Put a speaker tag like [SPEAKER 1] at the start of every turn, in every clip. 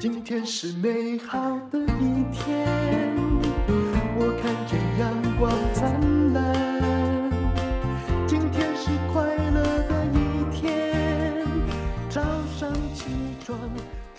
[SPEAKER 1] 今天是美好的一天，我看见阳光灿烂。今天是快乐的一天，早上起床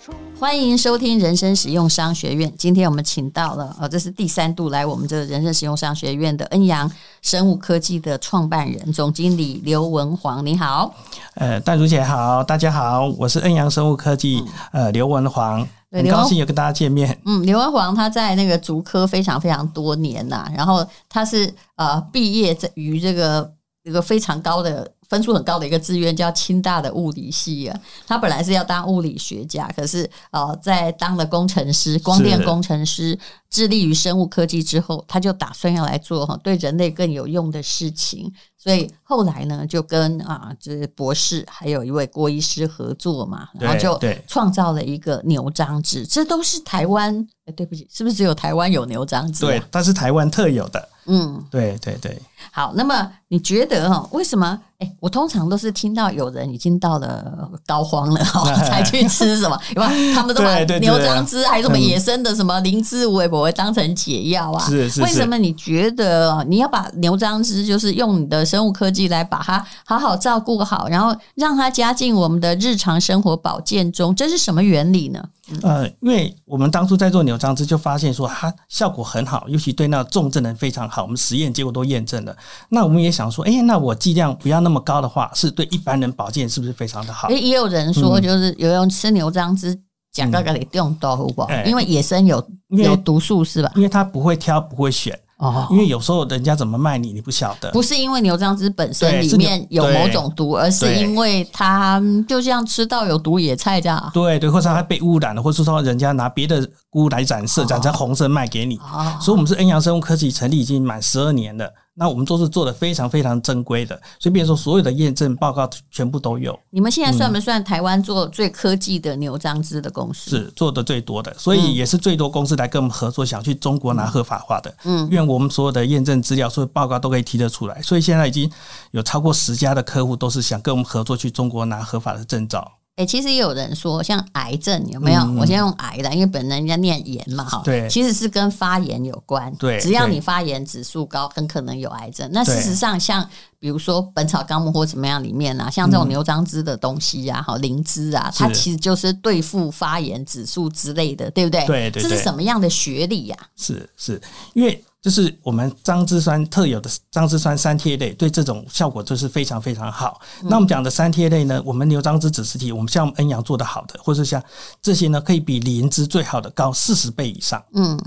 [SPEAKER 1] 充满
[SPEAKER 2] 欢迎收听人生实用商学院。今天我们请到了，哦，这是第三度来我们这个人生实用商学院的恩阳生物科技的创办人、总经理刘文煌，你好。
[SPEAKER 3] 呃，戴如姐好，大家好，我是恩阳生物科技、呃刘文煌，
[SPEAKER 2] 嗯对
[SPEAKER 3] 很
[SPEAKER 2] 刘文
[SPEAKER 3] 高兴又跟大家见面。
[SPEAKER 2] 嗯，刘文煌他在那个竹科非常非常多年呐、然后他是呃毕业在于这个一个非常高的分数很高的一个志愿，叫清大的物理系啊。他本来是要当物理学家，可是呃在当了工程师，光电工程师，致力于生物科技之后，他就打算要来做哈对人类更有用的事情。所以后来呢，就跟啊，就是博士还有一位郭医师合作嘛，然后
[SPEAKER 3] 对
[SPEAKER 2] 就
[SPEAKER 3] 对
[SPEAKER 2] 创造了一个牛樟芝，这都是台湾。哎，对不起，是不是只有台湾有牛樟芝、啊
[SPEAKER 3] 对，，它是台湾特有的，
[SPEAKER 2] 嗯，
[SPEAKER 3] 对对对。
[SPEAKER 2] 好。那么你觉得哈，为什么？哎，我通常都是听到有人已经到了膏肓了 哈，才去吃什么，有吧？他们都把
[SPEAKER 3] 对对对
[SPEAKER 2] 牛樟芝还有什么
[SPEAKER 3] 嗯
[SPEAKER 2] 野生的什么灵芝无为不会当成解药啊？
[SPEAKER 3] 是是是
[SPEAKER 2] 为什么你觉得哦你要把牛樟芝，就是用你的生物科技来把它好好照顾好，然后让它加进我们的日常生活保健中，这是什么原理呢？
[SPEAKER 3] 呃，因为我们当初在做扭张芝，就发现说它效果很好，尤其对那重症人非常好。我们实验结果都验证了。那我们也想说，哎、那我剂量不要那么高的话，是对一般人保健是不是非常的好嗯
[SPEAKER 2] 也？也有人说，就是有人吃牛樟芝，讲到个里用豆腐不
[SPEAKER 3] 哎？
[SPEAKER 2] 因为野生有
[SPEAKER 3] 因为
[SPEAKER 2] 有毒素是吧？
[SPEAKER 3] 因为它不会挑，不会选，
[SPEAKER 2] 哦
[SPEAKER 3] 因，为有时候人家怎么卖你，你不晓得。
[SPEAKER 2] 不是因为牛樟芝本身
[SPEAKER 3] 对
[SPEAKER 2] 里
[SPEAKER 3] 是牛
[SPEAKER 2] 面有某种毒，而是因为它就像吃到有毒野菜这样啊。
[SPEAKER 3] 对对，或者它被污染了，或是说人家拿别的菇来染色，染成红色卖给你。
[SPEAKER 2] 哦，
[SPEAKER 3] 所以，我们是恩哎阳生物科技成立已经满十二年了。那我们都是做的非常非常正规的，所以变成说所有的验证报告全部都有，
[SPEAKER 2] 你们现在算
[SPEAKER 3] 嗯
[SPEAKER 2] 不算台湾做最科技的牛樟芝的公司？，
[SPEAKER 3] 是做的最多的，所以也是最多公司来跟我们合作，想去中国拿合法化的。
[SPEAKER 2] 嗯
[SPEAKER 3] 因为我们所有的验证资料、所有报告都可以提得出来，所以现在已经有超过十家的客户都是想跟我们合作去中国拿合法的证照。
[SPEAKER 2] 哎、其实也有人说，像癌症有没有？
[SPEAKER 3] 嗯
[SPEAKER 2] 我先用癌的，因为本人人家念研嘛，哈，
[SPEAKER 3] 对
[SPEAKER 2] 其实是跟发炎有关。
[SPEAKER 3] 对
[SPEAKER 2] 只要
[SPEAKER 3] 对
[SPEAKER 2] 你发炎指数高，很可能有癌症。那
[SPEAKER 3] 对
[SPEAKER 2] 事实上，像比如说《本草纲目》或怎么样里面啊，像这种牛樟芝的东西啊，哈、灵芝啊，它
[SPEAKER 3] 嗯是
[SPEAKER 2] 其实就是对付发炎指数之类的，对不对？
[SPEAKER 3] 对对
[SPEAKER 2] 这是
[SPEAKER 3] 对
[SPEAKER 2] 什么样的学历呀、
[SPEAKER 3] 是是，因为就是我们樟芝酸特有的樟芝酸三萜类，对这种效果就是非常非常好。那我们讲的三萜类呢，我们牛樟芝子实体，我们像恩阳做的好的，或是像这些呢，可以比灵芝最好的高四十倍以上。
[SPEAKER 2] 嗯，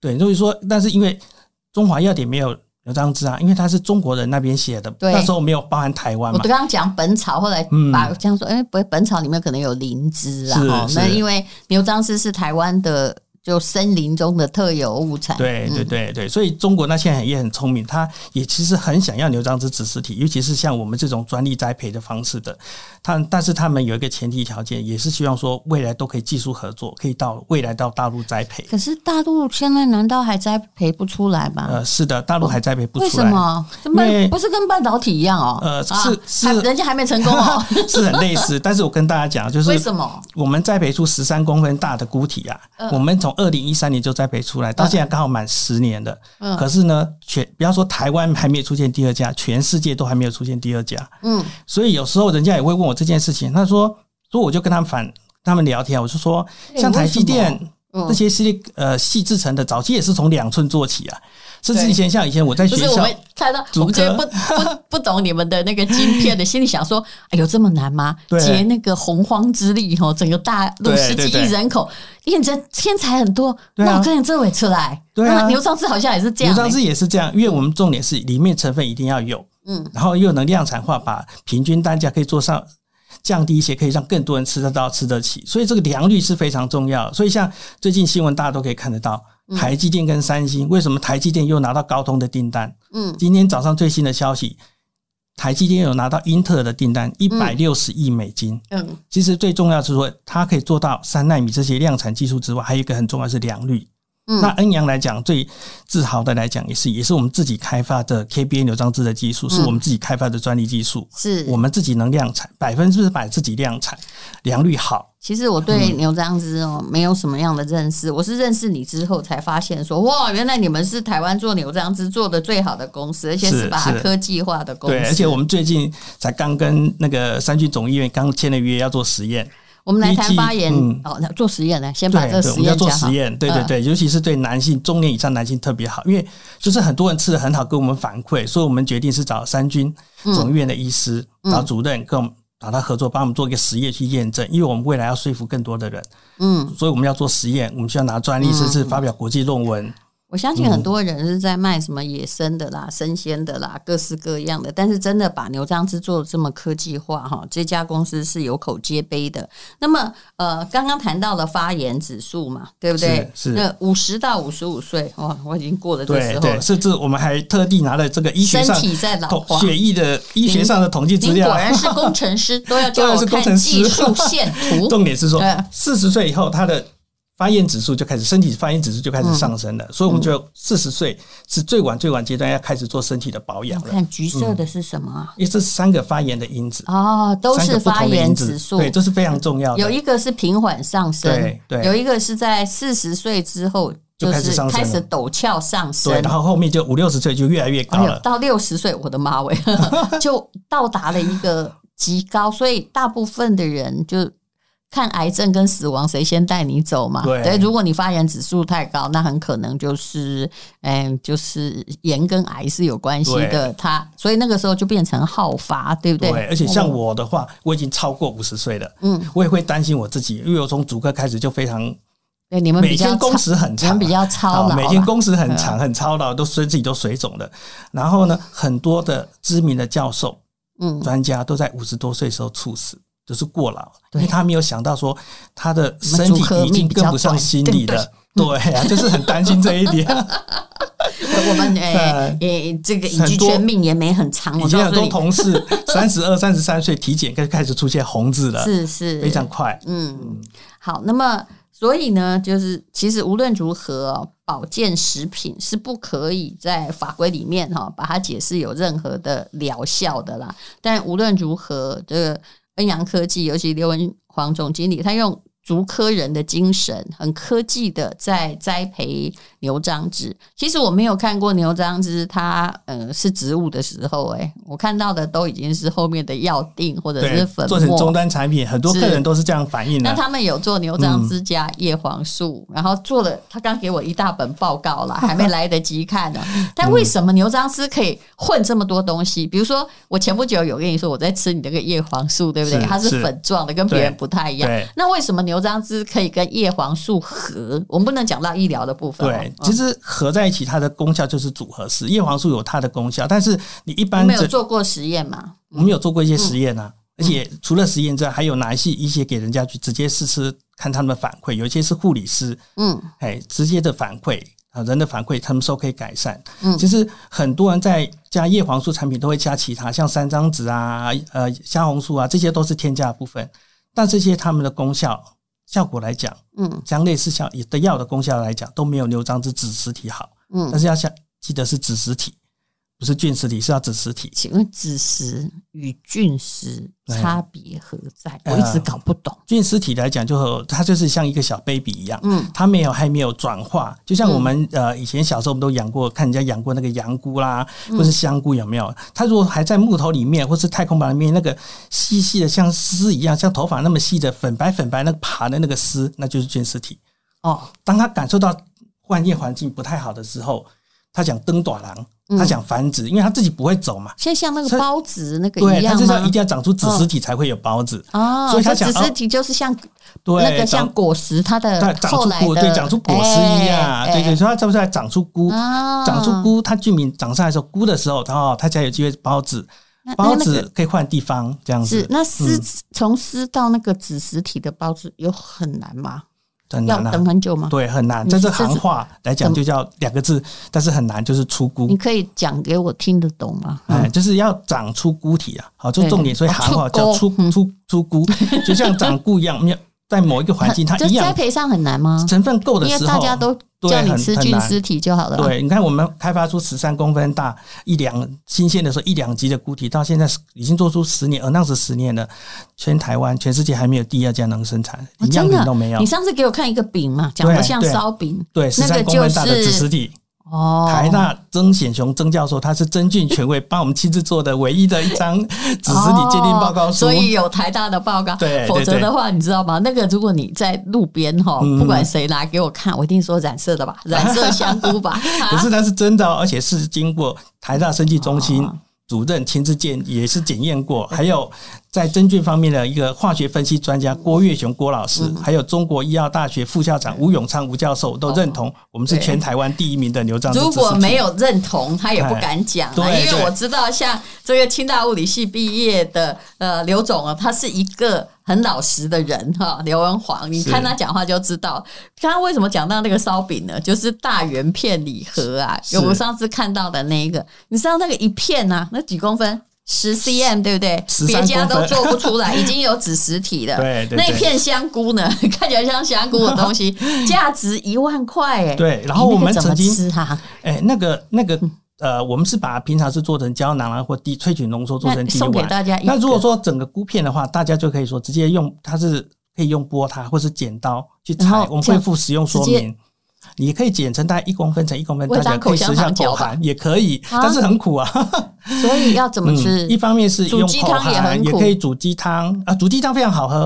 [SPEAKER 3] 对，所以说，但是因为中华药典没有牛樟芝啊，因为它是中国人那边写的，
[SPEAKER 2] 对哦
[SPEAKER 3] 那时候没有包含台湾
[SPEAKER 2] 我
[SPEAKER 3] 嘛
[SPEAKER 2] 刚。刚讲《本草》，后来
[SPEAKER 3] 嗯
[SPEAKER 2] 把这样说，哎、不会，《本草》里面可能有灵芝啊。
[SPEAKER 3] 是
[SPEAKER 2] 哦，那
[SPEAKER 3] 是
[SPEAKER 2] 因为牛樟芝是台湾的就森林中的特有物产。
[SPEAKER 3] 对对
[SPEAKER 2] 嗯
[SPEAKER 3] 对对，所以中国呢现在也很聪明，他也其实很想要牛樟芝子实体，尤其是像我们这种专利栽培的方式的。他但是他们有一个前提条件，也是希望说未来都可以技术合作，可以到未来到大陆栽培。
[SPEAKER 2] 可是大陆现在难道还栽培不出来吗？
[SPEAKER 3] 呃，是的，大陆还栽培不
[SPEAKER 2] 啊为
[SPEAKER 3] 出
[SPEAKER 2] 什
[SPEAKER 3] 来。
[SPEAKER 2] 么？跟
[SPEAKER 3] 因为
[SPEAKER 2] 半不是跟半导体一样哦？
[SPEAKER 3] 呃
[SPEAKER 2] 啊
[SPEAKER 3] 是是
[SPEAKER 2] 还人家还没成功哦？
[SPEAKER 3] 是很类似，但是我跟大家讲，就是
[SPEAKER 2] 为什么？
[SPEAKER 3] 我们栽培出十三公分大的菇体啊，
[SPEAKER 2] 嗯
[SPEAKER 3] 我们从二零一三年就栽培出来，到现在刚好满十年了。
[SPEAKER 2] 嗯
[SPEAKER 3] 可是呢，全不要说台湾还没有出现第二家，全世界都还没有出现第二家。
[SPEAKER 2] 嗯，
[SPEAKER 3] 所以有时候人家也会问我这件事情，他说，所以我就跟他们反他们聊天，我就说，
[SPEAKER 2] 哎
[SPEAKER 3] 像台积
[SPEAKER 2] 为
[SPEAKER 3] 电。
[SPEAKER 2] 嗯
[SPEAKER 3] 这些系呃细制成的，早期也是从两寸做起啊，甚至
[SPEAKER 2] 对
[SPEAKER 3] 以前像以前我在
[SPEAKER 2] 不
[SPEAKER 3] 学
[SPEAKER 2] 是我
[SPEAKER 3] 校
[SPEAKER 2] 们，看到，
[SPEAKER 3] 竹
[SPEAKER 2] 我们觉得不
[SPEAKER 3] 科
[SPEAKER 2] 不不懂你们的那个晶片的，心里想说：哎呦，这么难吗？
[SPEAKER 3] 对
[SPEAKER 2] 结那个洪荒之力哦，整个大陆
[SPEAKER 3] 对
[SPEAKER 2] 十几
[SPEAKER 3] 对
[SPEAKER 2] 亿
[SPEAKER 3] 对
[SPEAKER 2] 人口，认真天才很多，
[SPEAKER 3] 对啊
[SPEAKER 2] 那我跟你这尾出来，
[SPEAKER 3] 对啊
[SPEAKER 2] 那牛樟芝好像也是这样、
[SPEAKER 3] 牛
[SPEAKER 2] 欸，
[SPEAKER 3] 樟芝也是这样，因为我们重点是里面成分一定要有，
[SPEAKER 2] 嗯，
[SPEAKER 3] 然后又能量产化，把平均单价可以做上降低一些，可以让更多人吃得到、吃得起，所以这个良率是非常重要的。所以像最近新闻大家都可以看得到，
[SPEAKER 2] 嗯
[SPEAKER 3] 台积电跟三星，为什么台积电又拿到高通的订单？
[SPEAKER 2] 嗯，
[SPEAKER 3] 今天早上最新的消息，台积电有拿到英特尔的订单一百六十亿美金。
[SPEAKER 2] 嗯，
[SPEAKER 3] 其实最重要是说，它可以做到三纳米这些量产技术之外，还有一个很重要是良率。
[SPEAKER 2] 嗯
[SPEAKER 3] 那恩阳来讲，最自豪的来讲，也是也是我们自己开发的 KBA 牛樟芝的技术，是我们自己开发的专利技术，
[SPEAKER 2] 是
[SPEAKER 3] 我们自己能量产，百分之百自己量产，良率好。
[SPEAKER 2] 其实我
[SPEAKER 3] 嗯
[SPEAKER 2] 对牛樟芝哦没有什么样的认识，我是认识你之后才发现说，哇，原来你们是台湾做牛樟芝做的最好的公司，而且
[SPEAKER 3] 是
[SPEAKER 2] 是把它
[SPEAKER 3] 是
[SPEAKER 2] 科技化的公司。
[SPEAKER 3] 对，而且我们最近才刚跟那个三军总医院刚签了约，要做实验。
[SPEAKER 2] 我们来谈
[SPEAKER 3] 一季
[SPEAKER 2] 发言、
[SPEAKER 3] 嗯
[SPEAKER 2] 哦，那做实验呢，先把
[SPEAKER 3] 对
[SPEAKER 2] 这
[SPEAKER 3] 对，
[SPEAKER 2] 实
[SPEAKER 3] 我们要
[SPEAKER 2] 验
[SPEAKER 3] 做
[SPEAKER 2] 讲好
[SPEAKER 3] 实验，对对
[SPEAKER 2] 嗯
[SPEAKER 3] 对，尤其是对男性中年以上男性特别好，因为就是很多人吃的很好，跟我们反馈，所以我们决定是找三军
[SPEAKER 2] 嗯
[SPEAKER 3] 总医院的医师、找主任跟我们找他合作，帮我们做一个实验去验证，因为我们未来要说服更多的人，
[SPEAKER 2] 嗯，
[SPEAKER 3] 所以我们要做实验，我们需要拿专利，甚至发表国际论文。
[SPEAKER 2] 我相
[SPEAKER 3] 嗯
[SPEAKER 2] 信很多人是在卖什么野生的啦、生鲜的啦，各式各样的。但是真的把牛樟芝做的这么科技化哈，这家公司是有口皆碑的。那么呃，刚刚谈到了发炎指数嘛，对不对？
[SPEAKER 3] 是是
[SPEAKER 2] 那五十到五十五岁，哇，我已经过了这
[SPEAKER 3] 对
[SPEAKER 2] 时候
[SPEAKER 3] 对，
[SPEAKER 2] 了，
[SPEAKER 3] 甚至我们还特地拿了这个医学
[SPEAKER 2] 身
[SPEAKER 3] 上
[SPEAKER 2] 体在老
[SPEAKER 3] 统
[SPEAKER 2] 化。
[SPEAKER 3] 血液的医学上的统计资
[SPEAKER 2] 您
[SPEAKER 3] 料，
[SPEAKER 2] 果然是工程师， 都要叫
[SPEAKER 3] 当然
[SPEAKER 2] 我
[SPEAKER 3] 是工
[SPEAKER 2] 看
[SPEAKER 3] 程师
[SPEAKER 2] 技术线 图。
[SPEAKER 3] 重点是说
[SPEAKER 2] 对，
[SPEAKER 3] 四十岁以后，他的发炎指数就开始，身体发炎指数就开始上升了。
[SPEAKER 2] 嗯
[SPEAKER 3] 所以我们就四十岁是最晚最晚阶段要开始做身体的保养
[SPEAKER 2] 我
[SPEAKER 3] 了，
[SPEAKER 2] 看橘色的是什么啊？
[SPEAKER 3] 因为这是三个发炎的因子，
[SPEAKER 2] 嗯哦，都
[SPEAKER 3] 嗯三
[SPEAKER 2] 是
[SPEAKER 3] 个不
[SPEAKER 2] 发
[SPEAKER 3] 同的
[SPEAKER 2] 炎
[SPEAKER 3] 因子
[SPEAKER 2] 指数，
[SPEAKER 3] 对，这是非常重要的。
[SPEAKER 2] 有一个是平缓上升，
[SPEAKER 3] 对对
[SPEAKER 2] 有一个是在四十岁之后
[SPEAKER 3] 就开
[SPEAKER 2] 是
[SPEAKER 3] 始上升
[SPEAKER 2] 开
[SPEAKER 3] 了
[SPEAKER 2] 始陡峭上升
[SPEAKER 3] 对，。然后后面就五六十岁就越来越高
[SPEAKER 2] 哎呦，
[SPEAKER 3] 了。
[SPEAKER 2] 到六十岁，我的妈喂， 就到达了一个极高，所以大部分的人就看癌症跟死亡谁先带你走嘛。
[SPEAKER 3] 对
[SPEAKER 2] 如果你发炎指数太高，那很可能就是，嗯，就是盐跟癌是有关系的。它，所以那个时候就变成好发，对不对？哦
[SPEAKER 3] 对，而且像我的话，我已经超过五十岁了，
[SPEAKER 2] 嗯，
[SPEAKER 3] 我也会担心我自己，因为我从主科开始就非常
[SPEAKER 2] 对，你们
[SPEAKER 3] 每
[SPEAKER 2] 比较
[SPEAKER 3] 天工
[SPEAKER 2] 操
[SPEAKER 3] 时很
[SPEAKER 2] 你
[SPEAKER 3] 长
[SPEAKER 2] 们
[SPEAKER 3] 啊，
[SPEAKER 2] 比较操
[SPEAKER 3] 好，
[SPEAKER 2] 劳啦，
[SPEAKER 3] 每天工时很
[SPEAKER 2] 嗯
[SPEAKER 3] 长，很操劳，都所以自己都水肿了。然后呢，很多的知名的教授、
[SPEAKER 2] 嗯，
[SPEAKER 3] 专家都在五十多岁时候猝死，就是过劳，
[SPEAKER 2] 对
[SPEAKER 3] 因为他没有想到说他的身体已经跟不上心理了。对啊，就是很担心这 一点。
[SPEAKER 2] 我们诶
[SPEAKER 3] 呃
[SPEAKER 2] 也这个隐
[SPEAKER 3] 很
[SPEAKER 2] 居
[SPEAKER 3] 多
[SPEAKER 2] 圈命也没很长，
[SPEAKER 3] 以
[SPEAKER 2] 我
[SPEAKER 3] 前
[SPEAKER 2] 告
[SPEAKER 3] 很
[SPEAKER 2] 诉
[SPEAKER 3] 多
[SPEAKER 2] 你，
[SPEAKER 3] 同事三十二、三十三岁体检开开始出现红字了，
[SPEAKER 2] 是是
[SPEAKER 3] 非常快。
[SPEAKER 2] 嗯好。那么所以呢，就是其实无论如何哦，保健食品是不可以在法规里面哈、把它解释有任何的疗效的啦。但无论如何，这个恩阳科技，尤其刘文黄总经理，他用竹科人的精神，很科技的在栽培牛樟芝。其实我没有看过牛樟芝，它呃是植物的时候、哎，我看到的都已经是后面的药定或者
[SPEAKER 3] 对
[SPEAKER 2] 是粉，
[SPEAKER 3] 做成终
[SPEAKER 2] 末。
[SPEAKER 3] 端产品，很多
[SPEAKER 2] 是
[SPEAKER 3] 客人都是这样反应啊
[SPEAKER 2] 那
[SPEAKER 3] 的。
[SPEAKER 2] 他们有做牛樟芝加叶黄素，然后做了，他刚给我一大本报告 啦，还没来得及看呢。但为什么牛樟芝可以混这么多东西？比如说，我前不久有跟你说我在吃你那个叶黄素，对不对？
[SPEAKER 3] 是
[SPEAKER 2] 它是
[SPEAKER 3] 是
[SPEAKER 2] 粉状的，跟别人
[SPEAKER 3] 对
[SPEAKER 2] 不太一样。
[SPEAKER 3] 对。
[SPEAKER 2] 那为什么牛樟芝可以跟叶黄素合？我们不能讲到医疗的部分哦。
[SPEAKER 3] 对，
[SPEAKER 2] 嗯
[SPEAKER 3] 其实合在一起，它的功效就是组合式。叶黄素有它的功效，但是你一
[SPEAKER 2] 你
[SPEAKER 3] 般
[SPEAKER 2] 们有
[SPEAKER 3] 这
[SPEAKER 2] 做过实验嘛？
[SPEAKER 3] 我们有做过一些实验啊，而且除了实验之外，还有拿一些一些给人家去直接试吃，看他们的反馈。有一些是护理师，
[SPEAKER 2] 嗯，
[SPEAKER 3] 哎，直接的反馈啊，人的反馈，他们说可以改善。
[SPEAKER 2] 嗯
[SPEAKER 3] 其实很多人在加叶黄素产品都会加其他，像三张子啊、呃虾红素啊，这些都是添加的部分，但这些它们的功效效果来讲，
[SPEAKER 2] 嗯
[SPEAKER 3] 像类似效的药的功效来讲，都没有牛樟芝子实体好。但
[SPEAKER 2] 嗯。
[SPEAKER 3] 是要想记得是子实体，不是菌实体，是要子实体。
[SPEAKER 2] 请问子时与菌时差别何在？我一直搞不懂。
[SPEAKER 3] 菌实体来讲就，和它就是像一个小 baby 一样，
[SPEAKER 2] 嗯
[SPEAKER 3] 它没有还没有转化。就像我们、呃以前小时候我们都养过，看人家养过那个羊菇啦，
[SPEAKER 2] 嗯
[SPEAKER 3] 或是香菇有没有？它如果还在木头里面，或是太空板里面那个细细的像丝一样，像头发那么细的粉白粉白那个爬的那个丝，那就是菌实体。
[SPEAKER 2] 哦，
[SPEAKER 3] 当他感受到外界环境不太好的时候，他讲登短廊，
[SPEAKER 2] 嗯
[SPEAKER 3] 他讲繁殖，因为他自己不会走嘛。
[SPEAKER 2] 现在像那个
[SPEAKER 3] 所以
[SPEAKER 2] 包子那个一
[SPEAKER 3] 对，它
[SPEAKER 2] 样
[SPEAKER 3] 就是要
[SPEAKER 2] 吗
[SPEAKER 3] 一定？要长出子实体才会有孢子。
[SPEAKER 2] 哦，
[SPEAKER 3] 所以它
[SPEAKER 2] 这
[SPEAKER 3] 讲
[SPEAKER 2] 子实
[SPEAKER 3] 哦
[SPEAKER 2] 体就是像
[SPEAKER 3] 对，
[SPEAKER 2] 那个像
[SPEAKER 3] 长
[SPEAKER 2] 果实，它
[SPEAKER 3] 它
[SPEAKER 2] 的
[SPEAKER 3] 长
[SPEAKER 2] 呃后
[SPEAKER 3] 出
[SPEAKER 2] 来
[SPEAKER 3] 果，
[SPEAKER 2] 的哎
[SPEAKER 3] 对，长出果实一样，对对，
[SPEAKER 2] 对
[SPEAKER 3] 所以它就是要长出菇，
[SPEAKER 2] 啊
[SPEAKER 3] 长出菇，它菌名长上来的时候，菇的时候，它哦，它才有机会孢子，
[SPEAKER 2] 啊那那
[SPEAKER 3] 孢
[SPEAKER 2] 那
[SPEAKER 3] 子嗯
[SPEAKER 2] 个
[SPEAKER 3] 可以换地方，这样
[SPEAKER 2] 是
[SPEAKER 3] 子
[SPEAKER 2] 那丝从丝到那个子实体的包子有很难吗？
[SPEAKER 3] 很
[SPEAKER 2] 要
[SPEAKER 3] 难啊
[SPEAKER 2] 等，很久吗？
[SPEAKER 3] 对，很难。
[SPEAKER 2] 你
[SPEAKER 3] 在
[SPEAKER 2] 是
[SPEAKER 3] 这
[SPEAKER 2] 这
[SPEAKER 3] 行
[SPEAKER 2] 种
[SPEAKER 3] 话来讲，就叫两个字，但是很难，就是出菇
[SPEAKER 2] 你。可以讲给我听得懂吗？
[SPEAKER 3] 哎，就是要长出菇体啊，好，就重点，所以
[SPEAKER 2] 对哦
[SPEAKER 3] 行话
[SPEAKER 2] 出
[SPEAKER 3] 叫
[SPEAKER 2] 菇嗯
[SPEAKER 3] 出出出菇，就像长菇一样，没有在某一个环境，它
[SPEAKER 2] 这
[SPEAKER 3] 一
[SPEAKER 2] 栽
[SPEAKER 3] 样
[SPEAKER 2] 培上很难吗？
[SPEAKER 3] 成分够的
[SPEAKER 2] 因为
[SPEAKER 3] 时
[SPEAKER 2] 大
[SPEAKER 3] 候，
[SPEAKER 2] 家都
[SPEAKER 3] 对
[SPEAKER 2] 叫你
[SPEAKER 3] 很
[SPEAKER 2] 吃
[SPEAKER 3] 很
[SPEAKER 2] 菌
[SPEAKER 3] 难
[SPEAKER 2] 尸体就好了。，啊
[SPEAKER 3] 对，你看我们开发出十三公分大一两新鲜的时候一两级的固体，到现在是已经做出十年，而那是十年了，全台湾全世界还没有第二家能生产，
[SPEAKER 2] 哦
[SPEAKER 3] 一样
[SPEAKER 2] 真
[SPEAKER 3] 品
[SPEAKER 2] 的
[SPEAKER 3] 都没有
[SPEAKER 2] 你。上次给我看一个饼嘛，讲的
[SPEAKER 3] 对
[SPEAKER 2] 像
[SPEAKER 3] 对
[SPEAKER 2] 烧饼
[SPEAKER 3] 对，十
[SPEAKER 2] 那个
[SPEAKER 3] 三公分大的
[SPEAKER 2] 就是
[SPEAKER 3] 子实体，
[SPEAKER 2] 哦，
[SPEAKER 3] 台大曾显雄曾教授他是真菌权威，帮我们亲自做的唯一的一张子实体鉴定报告
[SPEAKER 2] 哦
[SPEAKER 3] 书
[SPEAKER 2] 所。以有台大的报告。
[SPEAKER 3] 对对
[SPEAKER 2] 否则的话，你知道吗？那个如果你在路边哈，
[SPEAKER 3] 嗯
[SPEAKER 2] 不管谁拿给我看，我一定说染色的吧，染色香菇 吧。
[SPEAKER 3] 可是那是真的哦，而且是经过台大生技中心
[SPEAKER 2] 哦
[SPEAKER 3] 主任亲自检，也是检验过。还有在真菌方面的一个化学分析专家郭月雄郭老师，
[SPEAKER 2] 嗯
[SPEAKER 3] 还有中国医药大学副校长吴永昌吴教授都认同我们是
[SPEAKER 2] 哦对
[SPEAKER 3] 全台湾第一名的牛樟芝
[SPEAKER 2] 如果
[SPEAKER 3] 知识体
[SPEAKER 2] 没有认同，他也不敢讲啊，
[SPEAKER 3] 哎对
[SPEAKER 2] 因
[SPEAKER 3] 对
[SPEAKER 2] 为我知道像这个清大物理系毕业的呃刘总啊，他是一个很老实的人哈。刘文煌，你
[SPEAKER 3] 是
[SPEAKER 2] 看他讲话就知道，刚刚为什么讲到那个烧饼呢？就是大圆片礼盒啊，
[SPEAKER 3] 是
[SPEAKER 2] 有我上次看到的那一个，你知道那个一片啊，那几公分？十 cm 对不对？
[SPEAKER 3] 13
[SPEAKER 2] 别家都
[SPEAKER 3] 公分
[SPEAKER 2] 做不出来，已经有子实体了。
[SPEAKER 3] 对对对
[SPEAKER 2] 那一片香菇呢， 看起来像香菇的东 西，价值一万块哎。
[SPEAKER 3] 对然后
[SPEAKER 2] 你那个
[SPEAKER 3] 我们
[SPEAKER 2] 怎么
[SPEAKER 3] 曾经
[SPEAKER 2] 吃啊 它，
[SPEAKER 3] 哎、那个那个
[SPEAKER 2] 嗯
[SPEAKER 3] 呃，我们是把它平常是做成胶囊啊，或滴萃取浓缩做成滴
[SPEAKER 2] 那送给
[SPEAKER 3] 丸。
[SPEAKER 2] 大家一
[SPEAKER 3] 那如果
[SPEAKER 2] 个
[SPEAKER 3] 说整个菇片的话，大家就可以说直接用，它是可以用剥它，或是剪刀去
[SPEAKER 2] 然后
[SPEAKER 3] 裁。我们
[SPEAKER 2] 这
[SPEAKER 3] 会
[SPEAKER 2] 样
[SPEAKER 3] 附使用说
[SPEAKER 2] 直接
[SPEAKER 3] 明。你可以剪成大概一公分乘一公分，
[SPEAKER 2] 我
[SPEAKER 3] 大
[SPEAKER 2] 也
[SPEAKER 3] 家
[SPEAKER 2] 当
[SPEAKER 3] 可以
[SPEAKER 2] 口香
[SPEAKER 3] 吃下
[SPEAKER 2] 糖嚼吧
[SPEAKER 3] 口含，也可以，
[SPEAKER 2] 啊
[SPEAKER 3] 但是很苦啊。 嗯
[SPEAKER 2] 所以要怎么吃？
[SPEAKER 3] 一方面是
[SPEAKER 2] 煮
[SPEAKER 3] 用
[SPEAKER 2] 鸡
[SPEAKER 3] 口
[SPEAKER 2] 汤也
[SPEAKER 3] 含，
[SPEAKER 2] 很
[SPEAKER 3] 也
[SPEAKER 2] 苦
[SPEAKER 3] 可以煮鸡汤啊，煮鸡汤非常好喝。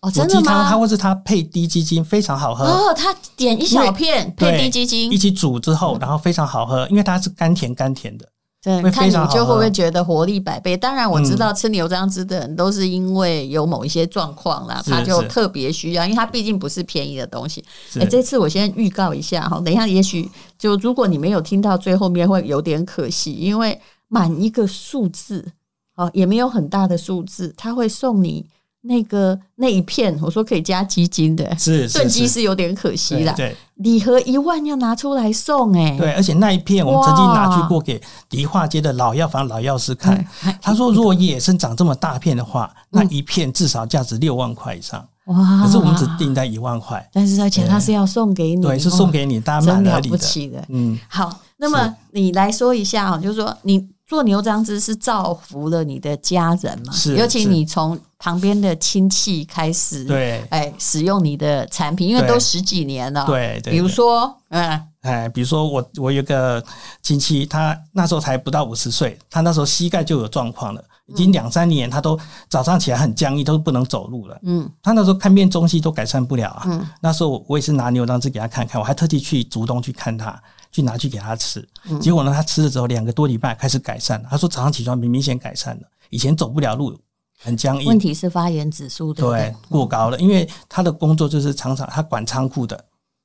[SPEAKER 2] 哦，
[SPEAKER 3] 煮
[SPEAKER 2] 真
[SPEAKER 3] 鸡
[SPEAKER 2] 的
[SPEAKER 3] 汤它
[SPEAKER 2] 吗？
[SPEAKER 3] 或是它配低鸡精非常好喝。
[SPEAKER 2] 哦，他点一小片配
[SPEAKER 3] 对
[SPEAKER 2] 低鸡精
[SPEAKER 3] 一，起煮之
[SPEAKER 2] 嗯
[SPEAKER 3] 后，然后非常好喝，因为它是甘甜甘甜的。
[SPEAKER 2] 对
[SPEAKER 3] 会，
[SPEAKER 2] 看
[SPEAKER 3] 非
[SPEAKER 2] 你
[SPEAKER 3] 常好
[SPEAKER 2] 就会不会
[SPEAKER 3] 喝
[SPEAKER 2] 觉得活力百倍？当然，我知
[SPEAKER 3] 嗯
[SPEAKER 2] 道吃牛樟芝的人都是因为有某一些状况啦，
[SPEAKER 3] 是
[SPEAKER 2] 他就是特别需要，因为它毕竟不是便宜的东西。
[SPEAKER 3] 是
[SPEAKER 2] 哎、这次我先预告一下哈，等一下也许就如果你没有听到最后面会有点可惜，因为满一个数字哦，也没有很大的数字，他会送你那个那一片，我说可以加鸡精的，
[SPEAKER 3] 是是
[SPEAKER 2] 炖鸡
[SPEAKER 3] 是
[SPEAKER 2] 是有点可惜啦。
[SPEAKER 3] 对
[SPEAKER 2] 礼盒一万要拿出来送哎、
[SPEAKER 3] 对，而且那一片我们曾经拿
[SPEAKER 2] 哇
[SPEAKER 3] 去过给梨化街的老药房老药师看
[SPEAKER 2] 嗯，还
[SPEAKER 3] 他说如果野生长这么大片的话，那一片至少价值六万块以上，
[SPEAKER 2] 哇！
[SPEAKER 3] 可是我们只，定在一万块，
[SPEAKER 2] 但是而且他是要送给你，
[SPEAKER 3] 对，是送给你，大
[SPEAKER 2] 哇
[SPEAKER 3] 家
[SPEAKER 2] 嗯真
[SPEAKER 3] 蛮合
[SPEAKER 2] 了
[SPEAKER 3] 理
[SPEAKER 2] 不
[SPEAKER 3] 的。
[SPEAKER 2] 起的。
[SPEAKER 3] 嗯，
[SPEAKER 2] 好，那么你来说一下哦，就是说你做牛樟芝是造福了你的家人嘛？
[SPEAKER 3] 是
[SPEAKER 2] 尤其
[SPEAKER 3] 是
[SPEAKER 2] 你从旁边的亲戚开始，，
[SPEAKER 3] 对
[SPEAKER 2] 哎，使用你的产品，因为
[SPEAKER 3] 对
[SPEAKER 2] 都十几年了，，
[SPEAKER 3] 对对。
[SPEAKER 2] 比如
[SPEAKER 3] 对
[SPEAKER 2] 说，嗯，
[SPEAKER 3] 哎，比如说我我有个亲戚，他那时候才不到五十岁，他那时候膝盖就有状况了，已
[SPEAKER 2] 嗯
[SPEAKER 3] 经两三年，他都早上起来很僵硬，都不能走路了。
[SPEAKER 2] 嗯，
[SPEAKER 3] 他那时候看遍中西都改善不了啊。
[SPEAKER 2] 嗯
[SPEAKER 3] 那时候我也是拿牛樟芝给他看看，我还特地去竹东去看他，去拿去给他吃。
[SPEAKER 2] 嗯
[SPEAKER 3] 结果呢，他吃了之后两个多礼拜开始改善了，他说早上起床明明显改善了，以前走不了路，很僵
[SPEAKER 2] 问
[SPEAKER 3] 硬，
[SPEAKER 2] 题是发炎指数，对不
[SPEAKER 3] 对
[SPEAKER 2] 对？，
[SPEAKER 3] 过高了。因为他的工作就是常常他管仓库的，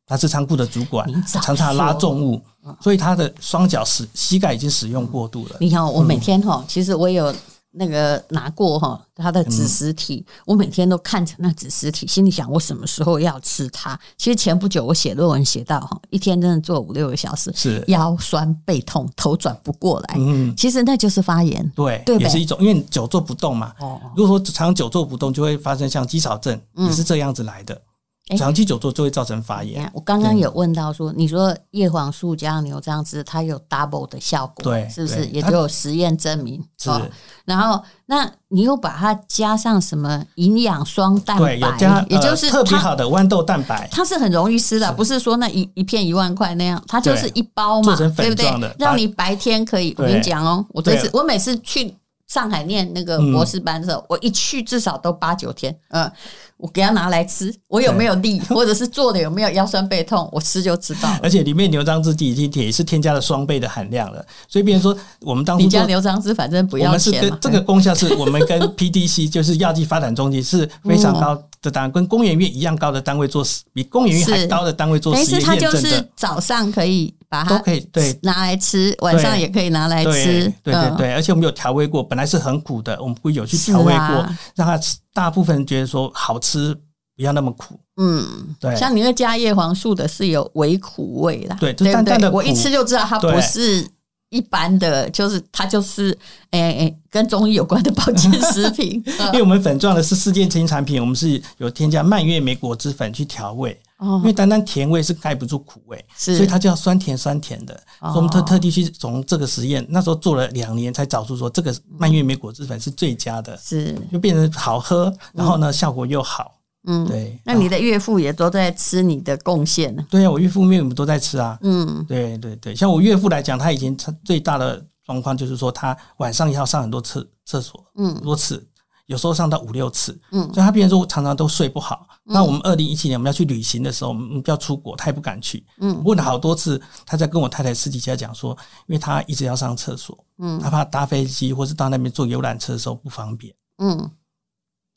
[SPEAKER 3] 他是仓库的主管
[SPEAKER 2] 你，早
[SPEAKER 3] 常常拉
[SPEAKER 2] 说嗯
[SPEAKER 3] 重物，所以他的双脚使膝盖已经使用过度了。
[SPEAKER 2] 你看哦，我每天哈、其实我有那个拿过哈、它的子实体，我每天都看着那子实体，心里想我什么时候要吃它。其实前不久我写论文写到哈，一天真的做五六个小时，
[SPEAKER 3] 是
[SPEAKER 2] 腰酸背痛，头转不过来，
[SPEAKER 3] 嗯，
[SPEAKER 2] 其实那就是发炎。
[SPEAKER 3] 对，
[SPEAKER 2] 对呗
[SPEAKER 3] 也是一种，因为你久坐不动嘛。
[SPEAKER 2] 哦
[SPEAKER 3] 如果说长久坐不动，就会发生像肌少症，也是这样子来的。
[SPEAKER 2] 嗯诶
[SPEAKER 3] 长期久坐就会造成发
[SPEAKER 2] 你
[SPEAKER 3] 炎。
[SPEAKER 2] 哎看，我刚刚有问到说，你说叶黄素加牛樟芝，它有 double 的效果，
[SPEAKER 3] 对
[SPEAKER 2] 是不是？
[SPEAKER 3] 对
[SPEAKER 2] 也
[SPEAKER 3] 它
[SPEAKER 2] 就有实验证明。
[SPEAKER 3] 是
[SPEAKER 2] 哦然后，那你又把它加上什么营养双蛋白
[SPEAKER 3] 对，有加，
[SPEAKER 2] 也
[SPEAKER 3] 呃
[SPEAKER 2] 就是
[SPEAKER 3] 特别
[SPEAKER 2] 它
[SPEAKER 3] 好的豌豆蛋白，
[SPEAKER 2] 它是很容易吃的，不是说那一一片一万块那样，它就是一包嘛，
[SPEAKER 3] 做成
[SPEAKER 2] 对不
[SPEAKER 3] 粉
[SPEAKER 2] 对
[SPEAKER 3] 状的？把
[SPEAKER 2] 让你白天可以。我
[SPEAKER 3] 对
[SPEAKER 2] 跟你讲哦，我这次
[SPEAKER 3] 对嗯
[SPEAKER 2] 我每次去上海念那个博士班的时候，我一去至少都八九天，嗯，我给它拿来吃，我有没有力，或者是做的有没有腰酸背痛，我吃就知道 了。
[SPEAKER 3] 而且里面牛樟芝已经也是添加了双倍的含量了。所以，变成说我们当初
[SPEAKER 2] 你
[SPEAKER 3] 做
[SPEAKER 2] 家。牛樟芝反正不
[SPEAKER 3] 我
[SPEAKER 2] 要
[SPEAKER 3] 们是
[SPEAKER 2] 钱嘛
[SPEAKER 3] 跟，这个功效是我们跟 PDC 就是药剂发展中心是非常高的单位，跟工研院一样高的单位做实，比工研院还
[SPEAKER 2] 是
[SPEAKER 3] 高的单位做
[SPEAKER 2] 但
[SPEAKER 3] 实
[SPEAKER 2] 是
[SPEAKER 3] 验
[SPEAKER 2] 它
[SPEAKER 3] 验
[SPEAKER 2] 就
[SPEAKER 3] 证
[SPEAKER 2] 是
[SPEAKER 3] 的，
[SPEAKER 2] 早上可以把
[SPEAKER 3] 都
[SPEAKER 2] 它
[SPEAKER 3] 可以对
[SPEAKER 2] 拿来吃，晚上也可以拿来
[SPEAKER 3] 对
[SPEAKER 2] 吃，
[SPEAKER 3] 对
[SPEAKER 2] 嗯
[SPEAKER 3] 对对，而且我们有调味过，本来是很苦的，我们会有去调味
[SPEAKER 2] 是
[SPEAKER 3] 过
[SPEAKER 2] 啊，
[SPEAKER 3] 让它吃大部分人觉得说好吃，不要那么苦。
[SPEAKER 2] 嗯，
[SPEAKER 3] 对
[SPEAKER 2] 像你那加叶黄素的是有微苦味啦，
[SPEAKER 3] 对就
[SPEAKER 2] 对不
[SPEAKER 3] 淡淡
[SPEAKER 2] 对？
[SPEAKER 3] 的
[SPEAKER 2] 我一
[SPEAKER 3] 苦
[SPEAKER 2] 吃就知道它不
[SPEAKER 3] 对
[SPEAKER 2] 是一般的，就是它就是诶诶、跟中医有关的保健食 品。嗯
[SPEAKER 3] 因为我们粉状的是世界级产品，我们是有添加蔓越莓果汁粉去调味，
[SPEAKER 2] 哦
[SPEAKER 3] 因为单单甜味是盖不住苦味，
[SPEAKER 2] 是
[SPEAKER 3] 所以它就要酸甜酸甜的。
[SPEAKER 2] 哦
[SPEAKER 3] 所以我们特特地去从这个实验，那时候做了两年，才找出说这个蔓越莓果汁粉是最佳的，
[SPEAKER 2] 是，
[SPEAKER 3] 就变成好喝，然后呢效果又好。
[SPEAKER 2] 嗯，
[SPEAKER 3] 对，
[SPEAKER 2] 那你的岳父也都在吃你的贡献呢，
[SPEAKER 3] 对呀，我岳父面我们都在吃啊。
[SPEAKER 2] 嗯，
[SPEAKER 3] 对对对，像我岳父来讲，他以前他最大的状况就是说，他晚上要上很多次厕所，
[SPEAKER 2] 嗯
[SPEAKER 3] 很多次，有时候上到五六次，
[SPEAKER 2] 嗯
[SPEAKER 3] 所以他变成说常常都睡不好。那我们二零一七年我们要去旅行的时候，我们要出国，他也不敢去，
[SPEAKER 2] 嗯
[SPEAKER 3] 问了好多次，他在跟我太太私底下讲说，因为他一直要上厕所，
[SPEAKER 2] 嗯
[SPEAKER 3] 他怕搭飞机或是到那边坐游览车的时候不方便，
[SPEAKER 2] 嗯，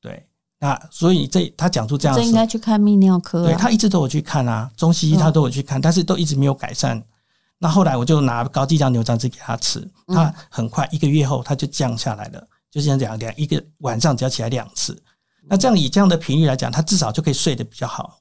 [SPEAKER 3] 对，那所以这他讲出这样
[SPEAKER 2] 这
[SPEAKER 3] 的时
[SPEAKER 2] 应
[SPEAKER 3] 候
[SPEAKER 2] 该去看泌尿科
[SPEAKER 3] 对
[SPEAKER 2] 啊，嗯
[SPEAKER 3] 他一直都有去看啊，中西医他都有去看，但是都一直没有改善。那后来我就拿高剂量牛樟汁给他吃，
[SPEAKER 2] 嗯
[SPEAKER 3] 他很快一个月后他就降下来了，就像两两一个晚上只要起来两次。那这样以这样的频率来讲，他至少就可以睡得比较好。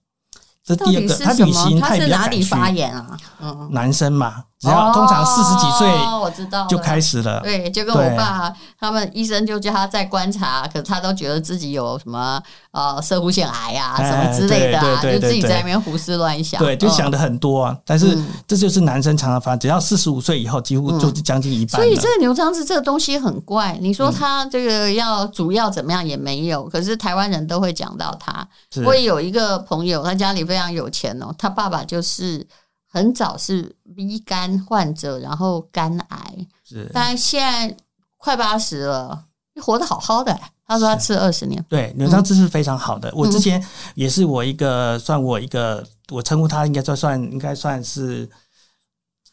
[SPEAKER 3] 这
[SPEAKER 2] 到
[SPEAKER 3] 第二
[SPEAKER 2] 底
[SPEAKER 3] 个，
[SPEAKER 2] 是
[SPEAKER 3] 他
[SPEAKER 2] 什
[SPEAKER 3] 旅
[SPEAKER 2] 么？
[SPEAKER 3] 行
[SPEAKER 2] 他
[SPEAKER 3] 他也
[SPEAKER 2] 是
[SPEAKER 3] 比较
[SPEAKER 2] 哪
[SPEAKER 3] 敢
[SPEAKER 2] 里
[SPEAKER 3] 去。
[SPEAKER 2] 发炎啊？嗯，
[SPEAKER 3] 男生嘛，只要通常四十几岁
[SPEAKER 2] 哦我知道了
[SPEAKER 3] 就开始了，
[SPEAKER 2] 对，就跟我爸他们医生就叫他再观察，可是他都觉得自己有什么呃射护腺癌啊
[SPEAKER 3] 哎
[SPEAKER 2] 什么之类的啊，
[SPEAKER 3] 对对对
[SPEAKER 2] 就自己
[SPEAKER 3] 对
[SPEAKER 2] 在那边胡思乱想，
[SPEAKER 3] 对，就想
[SPEAKER 2] 嗯
[SPEAKER 3] 的很多啊。但是
[SPEAKER 2] 嗯
[SPEAKER 3] 这就是男生常常发，只要四十五岁以后，几乎就是将近一
[SPEAKER 2] 所
[SPEAKER 3] 半了。
[SPEAKER 2] 以这个牛樟芝这个东西很怪，你
[SPEAKER 3] 嗯
[SPEAKER 2] 说它这个要主要怎么样也没有，可是台湾人都会讲到它。
[SPEAKER 3] 是
[SPEAKER 2] 我也有一个朋友，他家里非常有钱哦，他爸爸就是很早是 B 肝患者，然后肝癌，
[SPEAKER 3] 是
[SPEAKER 2] 但现在快八十了，活得好好的。欸他说他吃了二十年，
[SPEAKER 3] 对，牛樟芝是非常好的。
[SPEAKER 2] 嗯
[SPEAKER 3] 我之前也是我一个算我一个，我称呼他应该算算应该算是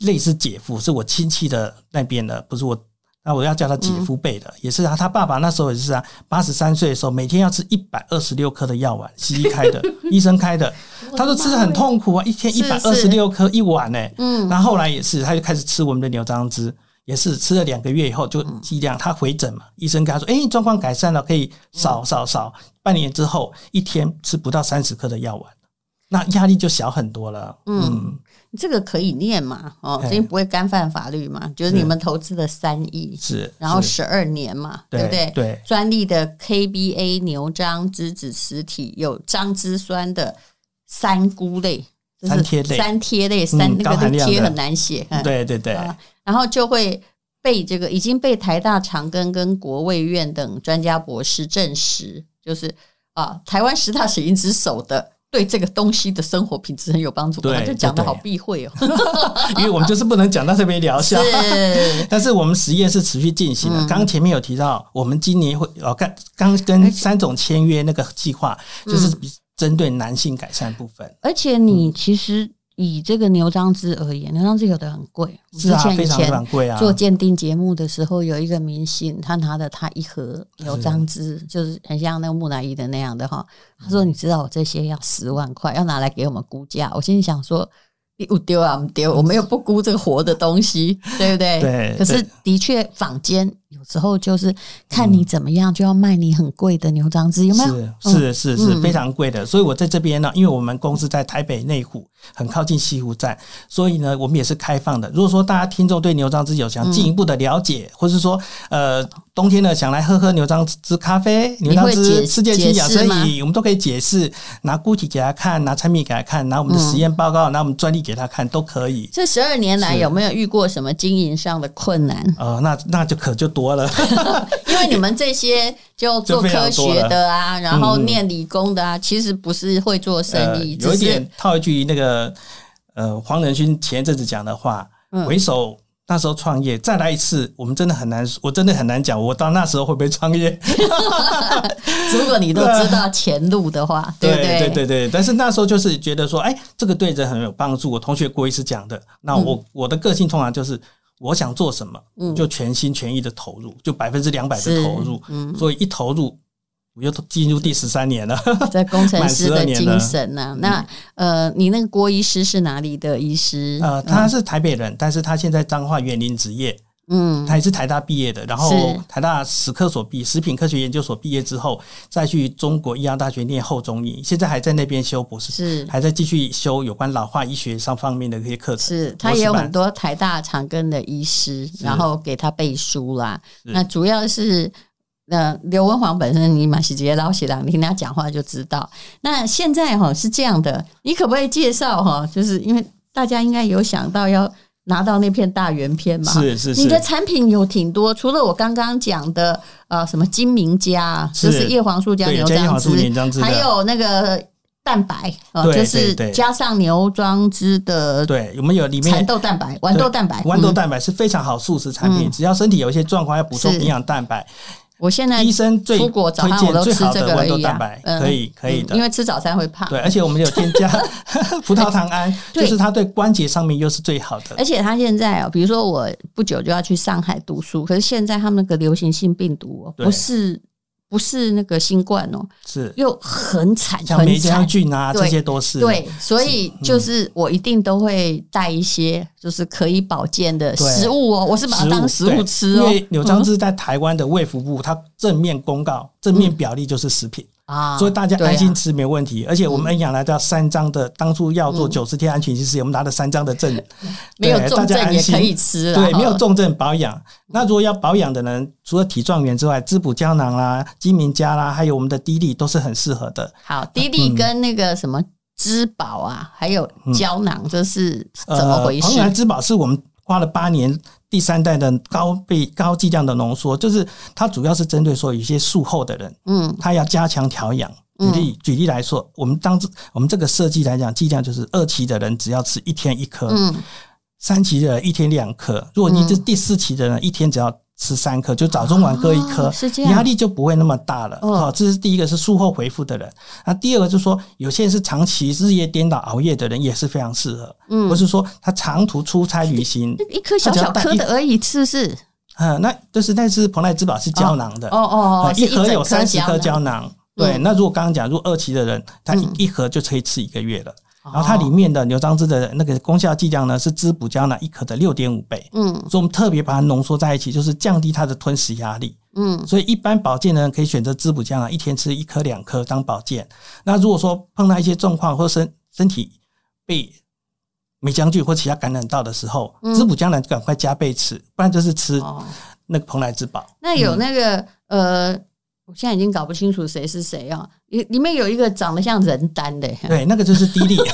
[SPEAKER 3] 类似姐夫，是我亲戚的那边的，不是我。那我要叫他姐
[SPEAKER 2] 嗯
[SPEAKER 3] 夫辈的，也是啊。他爸爸那时候也是啊，八十三岁的时候，每天要吃一百二十六颗的药丸，西医开 的，医生开的。他说吃的很痛苦啊，一天一
[SPEAKER 2] 是
[SPEAKER 3] 百二十六颗一碗呢、欸
[SPEAKER 2] 嗯
[SPEAKER 3] 那后来也是，他就开始吃我们的牛樟芝，也是吃了两个月以后就
[SPEAKER 2] 嗯
[SPEAKER 3] 剂量，他回诊嘛，医生跟他说，哎、状况改善了，可以
[SPEAKER 2] 嗯
[SPEAKER 3] 少少少。半年之后，一天吃不到三十克的药丸，那压力就小很多了。
[SPEAKER 2] 嗯
[SPEAKER 3] 嗯，
[SPEAKER 2] 这个可以念嘛？哦，
[SPEAKER 3] 哎
[SPEAKER 2] 因为不会干犯法律嘛，就是你们投资的三亿，
[SPEAKER 3] 是。
[SPEAKER 2] 然后
[SPEAKER 3] 是
[SPEAKER 2] 十二年嘛，
[SPEAKER 3] 对
[SPEAKER 2] 对不对？
[SPEAKER 3] 对
[SPEAKER 2] 专利的 KBA 牛樟脂子实体有樟脂酸的三菇类，就是
[SPEAKER 3] 三萜类
[SPEAKER 2] 三萜类三
[SPEAKER 3] 嗯
[SPEAKER 2] 那
[SPEAKER 3] 高含
[SPEAKER 2] 个
[SPEAKER 3] 量
[SPEAKER 2] 贴
[SPEAKER 3] 的
[SPEAKER 2] 很难写，嗯
[SPEAKER 3] 对对对，
[SPEAKER 2] 啊然后就会被这个已经被台大长庚跟国卫院等专家博士证实，就是啊，台湾十大血型之首的。对这个东西的生活品质很有帮助，
[SPEAKER 3] 对
[SPEAKER 2] 哇这讲的
[SPEAKER 3] 对
[SPEAKER 2] 好避讳 哦。
[SPEAKER 3] 因为我们就是不能讲到这边疗效。
[SPEAKER 2] 是，嗯
[SPEAKER 3] 但是我们实验是持续进行的。刚刚前面有提到，我们今年会哦，刚刚跟三种签约那个计划，就是
[SPEAKER 2] 嗯
[SPEAKER 3] 针对男性改善部分。
[SPEAKER 2] 而且你其实以这个牛樟芝而言，牛樟芝有的很贵，我
[SPEAKER 3] 是啊，
[SPEAKER 2] 之前
[SPEAKER 3] 非
[SPEAKER 2] 以
[SPEAKER 3] 常非常
[SPEAKER 2] 前
[SPEAKER 3] 贵啊。
[SPEAKER 2] 做鉴定节目的时候，有一个明星，他拿了他一盒牛樟芝，就是很像那个木乃伊的那样的哈。他说：“你知道我这些要十万块，要拿来给我们估价。”我心里想说。你有丢啊？我们丢，我们又不估这个活的东西， 对不对？
[SPEAKER 3] 对
[SPEAKER 2] 可是
[SPEAKER 3] 对嗯
[SPEAKER 2] 的确，坊间有时候就是看你怎么样，就要卖你很贵的牛樟芝，有没有？嗯
[SPEAKER 3] 是是是
[SPEAKER 2] 嗯
[SPEAKER 3] 是非常贵的，所以我在这边呢，因为我们公司在台北内湖，很靠近西湖站，所以呢，我们也是开放的。如果说大家听众对牛樟芝有
[SPEAKER 2] 嗯
[SPEAKER 3] 想进一步的了解，或是说呃冬天呢想来喝喝牛樟芝咖啡、牛樟
[SPEAKER 2] 你会解
[SPEAKER 3] 芝世界级养
[SPEAKER 2] 解释
[SPEAKER 3] 生
[SPEAKER 2] 吗
[SPEAKER 3] 饮，我们都可以解释，拿固体给他看，拿产品给他看，拿我们的
[SPEAKER 2] 嗯
[SPEAKER 3] 实验报告，拿我们专利给他看，都可以。
[SPEAKER 2] 这十二年来
[SPEAKER 3] 是
[SPEAKER 2] 有没有遇过什么经营上的困难？
[SPEAKER 3] 呃，那那就可就多了。
[SPEAKER 2] 因为你们这些就做
[SPEAKER 3] 就非常
[SPEAKER 2] 科学的啊，然后
[SPEAKER 3] 嗯嗯
[SPEAKER 2] 念理工的啊，其实不是会做生意，
[SPEAKER 3] 呃、有
[SPEAKER 2] 只是
[SPEAKER 3] 一点套一句那个呃黄仁勋前一阵子讲的话，
[SPEAKER 2] 嗯
[SPEAKER 3] 回首。那时候创业再来一次，我们真的很难，我真的很难讲，我到那时候会不会创 业？
[SPEAKER 2] 如果你都知道前路的话，对不
[SPEAKER 3] 对
[SPEAKER 2] 对
[SPEAKER 3] 对对。但是那时候就是觉得说，哎，这个对人很有帮助。我同学郭医师讲的，那我、
[SPEAKER 2] 嗯
[SPEAKER 3] 我的个性通常就是我想做什么，就全心全意的投入，就百分之两百
[SPEAKER 2] 是嗯
[SPEAKER 3] 的投入。所以一投入，我又进入第十三年了。
[SPEAKER 2] 在工程师的
[SPEAKER 3] 满12年
[SPEAKER 2] 精
[SPEAKER 3] 了
[SPEAKER 2] 神呢、啊？那呃，你那个郭医师是哪里的医师？
[SPEAKER 3] 呃，他是台北人，但是他现在彰化园林职业，
[SPEAKER 2] 嗯，
[SPEAKER 3] 他也是台大毕业的，然后
[SPEAKER 2] 是
[SPEAKER 3] 台大史科所毕，食品科学研究所毕业之后，再去中国医药大学念后中医，现在还在那边修博士，
[SPEAKER 2] 是
[SPEAKER 3] 还在继续修有关老化医学上方面的这些课程。
[SPEAKER 2] 是他也有
[SPEAKER 3] 博士班
[SPEAKER 2] 很多台大长庚的医师，然后给他背书啦。那主要是那刘文煌本身，你马西直接捞起来，你听他讲话就知道。那现在哈是这样的，你可不可以介绍哈？就是因为大家应该有想到要拿到那片大圆片嘛，
[SPEAKER 3] 是是
[SPEAKER 2] 你的
[SPEAKER 3] 是，
[SPEAKER 2] 产品有挺多，除了我刚刚讲的呃什么金明家，
[SPEAKER 3] 是
[SPEAKER 2] 就是叶黄素加
[SPEAKER 3] 对，
[SPEAKER 2] 牛
[SPEAKER 3] 加叶
[SPEAKER 2] 樟
[SPEAKER 3] 黄素
[SPEAKER 2] 汁
[SPEAKER 3] 粘，浆汁
[SPEAKER 2] 还
[SPEAKER 3] 的，
[SPEAKER 2] 有那个蛋白哦、
[SPEAKER 3] 对
[SPEAKER 2] 就
[SPEAKER 3] 对
[SPEAKER 2] 是
[SPEAKER 3] 对
[SPEAKER 2] 加上牛樟汁的
[SPEAKER 3] 对，我们有里
[SPEAKER 2] 蚕
[SPEAKER 3] 面。
[SPEAKER 2] 豆蛋白、豌豆蛋白、
[SPEAKER 3] 豌豆
[SPEAKER 2] 嗯
[SPEAKER 3] 蛋白是非常好素食产品，
[SPEAKER 2] 嗯
[SPEAKER 3] 只要身体有一些状况要补充
[SPEAKER 2] 是
[SPEAKER 3] 营养蛋白，
[SPEAKER 2] 我现在
[SPEAKER 3] 医生最
[SPEAKER 2] 出国早
[SPEAKER 3] 推
[SPEAKER 2] 上我
[SPEAKER 3] 荐
[SPEAKER 2] 都
[SPEAKER 3] 最
[SPEAKER 2] 吃
[SPEAKER 3] 好
[SPEAKER 2] 这
[SPEAKER 3] 的
[SPEAKER 2] 个而
[SPEAKER 3] 豌豆
[SPEAKER 2] 已啊
[SPEAKER 3] 蛋白，
[SPEAKER 2] 嗯
[SPEAKER 3] 可以可以的
[SPEAKER 2] 嗯因。为吃早餐会胖。
[SPEAKER 3] 对，而且我们有添加 葡萄糖胺，就
[SPEAKER 2] 对哎
[SPEAKER 3] 是它对关节上面又是最好的。
[SPEAKER 2] 而且他现在哦，比如说我不久就要去上海读书，可是现在他们那个流行性病毒哦，
[SPEAKER 3] 对
[SPEAKER 2] 不是不是那个新冠哦，
[SPEAKER 3] 是
[SPEAKER 2] 又很惨
[SPEAKER 3] 像
[SPEAKER 2] 很
[SPEAKER 3] 梅将
[SPEAKER 2] 惨。
[SPEAKER 3] 菌啊，
[SPEAKER 2] 对
[SPEAKER 3] 这些都是。嗯
[SPEAKER 2] 对，所以就是我一定都会带一些就是可以保健的
[SPEAKER 3] 对
[SPEAKER 2] 食物哦，我是把它当食物
[SPEAKER 3] 对
[SPEAKER 2] 吃
[SPEAKER 3] 因
[SPEAKER 2] 哦
[SPEAKER 3] 为柳章汁在台湾的卫福部，它正面公告、正面表例就是食品，
[SPEAKER 2] 嗯啊
[SPEAKER 3] 所以大家
[SPEAKER 2] 对啊
[SPEAKER 3] 安心吃没问题。而且我们恩养来到三张的，当初要做
[SPEAKER 2] 嗯啊
[SPEAKER 3] 九十天安全期间，我们拿了三张的证，
[SPEAKER 2] 没有
[SPEAKER 3] 对
[SPEAKER 2] 重
[SPEAKER 3] 大家
[SPEAKER 2] 症
[SPEAKER 3] 安
[SPEAKER 2] 也
[SPEAKER 3] 心
[SPEAKER 2] 可以吃啦，哦
[SPEAKER 3] 对，没有
[SPEAKER 2] 哈
[SPEAKER 3] 重症保养。那如果要保养的人，除了体状元之外，滋补胶囊啦、鸡明胶啦，还有我们的滴力都是很适合的。
[SPEAKER 2] 好，滴滴跟那个什么支宝啊，还有胶囊，这是怎么回
[SPEAKER 3] 呃蓬
[SPEAKER 2] 事？
[SPEAKER 3] 莱之宝是我们花了八年第三代的高倍高剂量的浓缩，就是它主要是针对说有一些术后的人，
[SPEAKER 2] 嗯
[SPEAKER 3] 他要加强调养。举
[SPEAKER 2] 嗯
[SPEAKER 3] 例举例来说，我们当时我们这个设计来讲，剂量就是二期的人只要吃一天一颗，
[SPEAKER 2] 嗯，
[SPEAKER 3] 三期的人一天两颗。如果你这第四期的人，一天只要吃三颗，就早中晚呃各一颗，
[SPEAKER 2] 哦是这样
[SPEAKER 3] 压力就不会那么大了。
[SPEAKER 2] 嗯
[SPEAKER 3] 哦，这是第一个是术后回复的人。那第二个就是说，有些人是长期日夜颠倒熬夜的人，也是非常适合。
[SPEAKER 2] 嗯
[SPEAKER 3] 或是说他长途出差 旅行，
[SPEAKER 2] 一颗小小颗的而已，是不是？
[SPEAKER 3] 嗯、那就是那是蓬莱之宝是胶囊的，
[SPEAKER 2] 哦哦
[SPEAKER 3] 呃
[SPEAKER 2] 哦，是
[SPEAKER 3] 一盒
[SPEAKER 2] 整
[SPEAKER 3] 有三十颗胶
[SPEAKER 2] 囊，
[SPEAKER 3] 囊。对，
[SPEAKER 2] 嗯
[SPEAKER 3] 那如果刚刚讲，如果二期的人，他一
[SPEAKER 2] 嗯哦
[SPEAKER 3] 一盒就可以吃一个月了。
[SPEAKER 2] 然
[SPEAKER 3] 然后它里面的牛樟芝的那个功效剂量呢，是滋补胶囊一颗的六点五倍。
[SPEAKER 2] 嗯
[SPEAKER 3] 所以我们特别把它浓缩在一起，就是降低它的吞食压力。
[SPEAKER 2] 嗯
[SPEAKER 3] 所以一般保健的人可以选择滋补胶囊，一天吃一颗两颗当保健。那如果说碰到一些状况或身身体被霉浆菌或其他感染到的时候，
[SPEAKER 2] 嗯
[SPEAKER 3] 滋补胶囊赶快加倍吃，不然就是吃
[SPEAKER 2] 哦，
[SPEAKER 3] 那个蓬莱之宝。
[SPEAKER 2] 那有那个
[SPEAKER 3] 嗯
[SPEAKER 2] 呃，我现在已经搞不清楚谁是谁啊，里里面有一个长得像人丹 的，
[SPEAKER 3] 对，那个就是滴 粒，所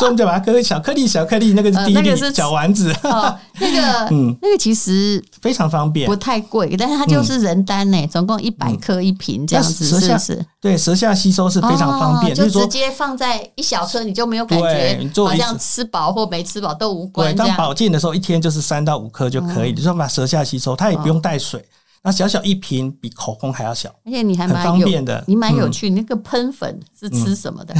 [SPEAKER 3] 以我们就把它割小颗粒、小颗粒，那个是
[SPEAKER 2] 呃
[SPEAKER 3] 滴
[SPEAKER 2] 那
[SPEAKER 3] 粒、
[SPEAKER 2] 个是
[SPEAKER 3] 小丸 子，
[SPEAKER 2] 哦，那个
[SPEAKER 3] 嗯，
[SPEAKER 2] 那个其实
[SPEAKER 3] 非常方便
[SPEAKER 2] 不。太贵，但是它就是人丹呢，总共一百颗一瓶这样子，
[SPEAKER 3] 嗯那舌
[SPEAKER 2] 是
[SPEAKER 3] 下
[SPEAKER 2] 不是？
[SPEAKER 3] 对，舌下吸收是非常方便，
[SPEAKER 2] 哦
[SPEAKER 3] 就
[SPEAKER 2] 就是直
[SPEAKER 3] 说。
[SPEAKER 2] 接放在一小车，你就没有感
[SPEAKER 3] 对你
[SPEAKER 2] 觉
[SPEAKER 3] 做
[SPEAKER 2] 好
[SPEAKER 3] 一
[SPEAKER 2] 像
[SPEAKER 3] 次
[SPEAKER 2] 吃饱或没吃饱都无
[SPEAKER 3] 对，
[SPEAKER 2] 关这
[SPEAKER 3] 当
[SPEAKER 2] 样。嗯
[SPEAKER 3] 保健的时候，一天就是三到五颗就可以，你就把舌下吸收，它也不
[SPEAKER 2] 哦
[SPEAKER 3] 用带水。那小小一瓶比口红还要小，
[SPEAKER 2] 而且你还
[SPEAKER 3] 很
[SPEAKER 2] 蛮
[SPEAKER 3] 方
[SPEAKER 2] 有
[SPEAKER 3] 便，的。
[SPEAKER 2] 你蛮有
[SPEAKER 3] 嗯
[SPEAKER 2] 趣。那个喷粉是吃什 么的？